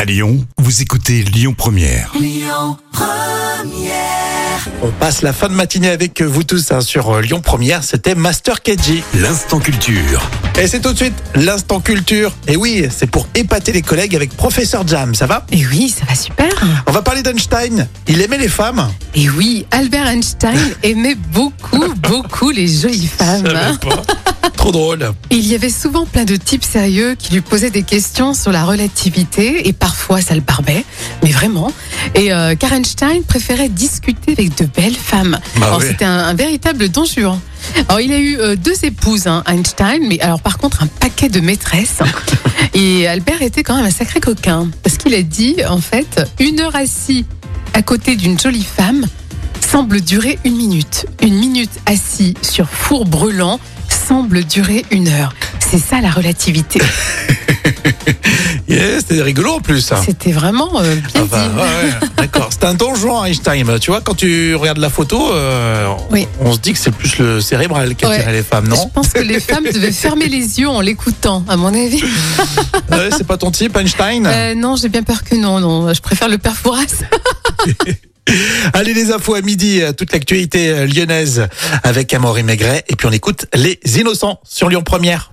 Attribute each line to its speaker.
Speaker 1: À Lyon, vous écoutez Lyon Première.
Speaker 2: On passe la fin de matinée avec vous tous hein, sur euh, Lyon Première. C'était Master KG.
Speaker 1: L'instant culture.
Speaker 2: Et c'est tout de suite l'instant culture. Et oui, c'est pour épater les collègues avec Professeur Jam. Ça va
Speaker 3: Et Eh oui, ça va super.
Speaker 2: On va parler d'Einstein. Il aimait les femmes.
Speaker 3: Et Ah. Eh oui, Albert Einstein aimait beaucoup, beaucoup les jolies femmes.
Speaker 2: Trop drôle.
Speaker 3: Il y avait souvent plein de types sérieux qui lui posaient des questions sur la relativité et parfois ça le barbait, mais vraiment. Et euh, car Einstein préférait discuter avec de belles femmes.
Speaker 2: Bah
Speaker 3: alors
Speaker 2: ouais.
Speaker 3: c'était un, un véritable don juan. Alors il a eu euh, deux épouses, hein, Einstein, mais alors par contre un paquet de maîtresses. Et Albert était quand même un sacré coquin parce qu'il a dit en fait une heure assis à côté d'une jolie femme semble durer une minute. Une minute assis sur four brûlant semble durer une heure. C'est ça la relativité.
Speaker 2: Yeah, c'était rigolo en plus. hein.
Speaker 3: C'était vraiment euh, bien
Speaker 2: Enfin,
Speaker 3: dit.
Speaker 2: ouais, ouais, d'accord. C'est un donjon Einstein. Bah, Tu vois, quand tu regardes la photo, euh,
Speaker 3: Oui.
Speaker 2: on se dit que c'est plus le cérébral qui
Speaker 3: Ouais.
Speaker 2: attirait les femmes, non
Speaker 3: Je pense que les femmes devaient fermer les yeux en l'écoutant, à mon avis.
Speaker 2: Ouais, C'est pas ton type, Einstein
Speaker 3: Euh, non, j'ai bien peur que non, non. Je préfère le père Fouras.
Speaker 2: Allez, les infos à midi, euh, toute l'actualité euh, lyonnaise avec Amaury Maigret. Et puis on écoute Les Innocents sur Lyon Première.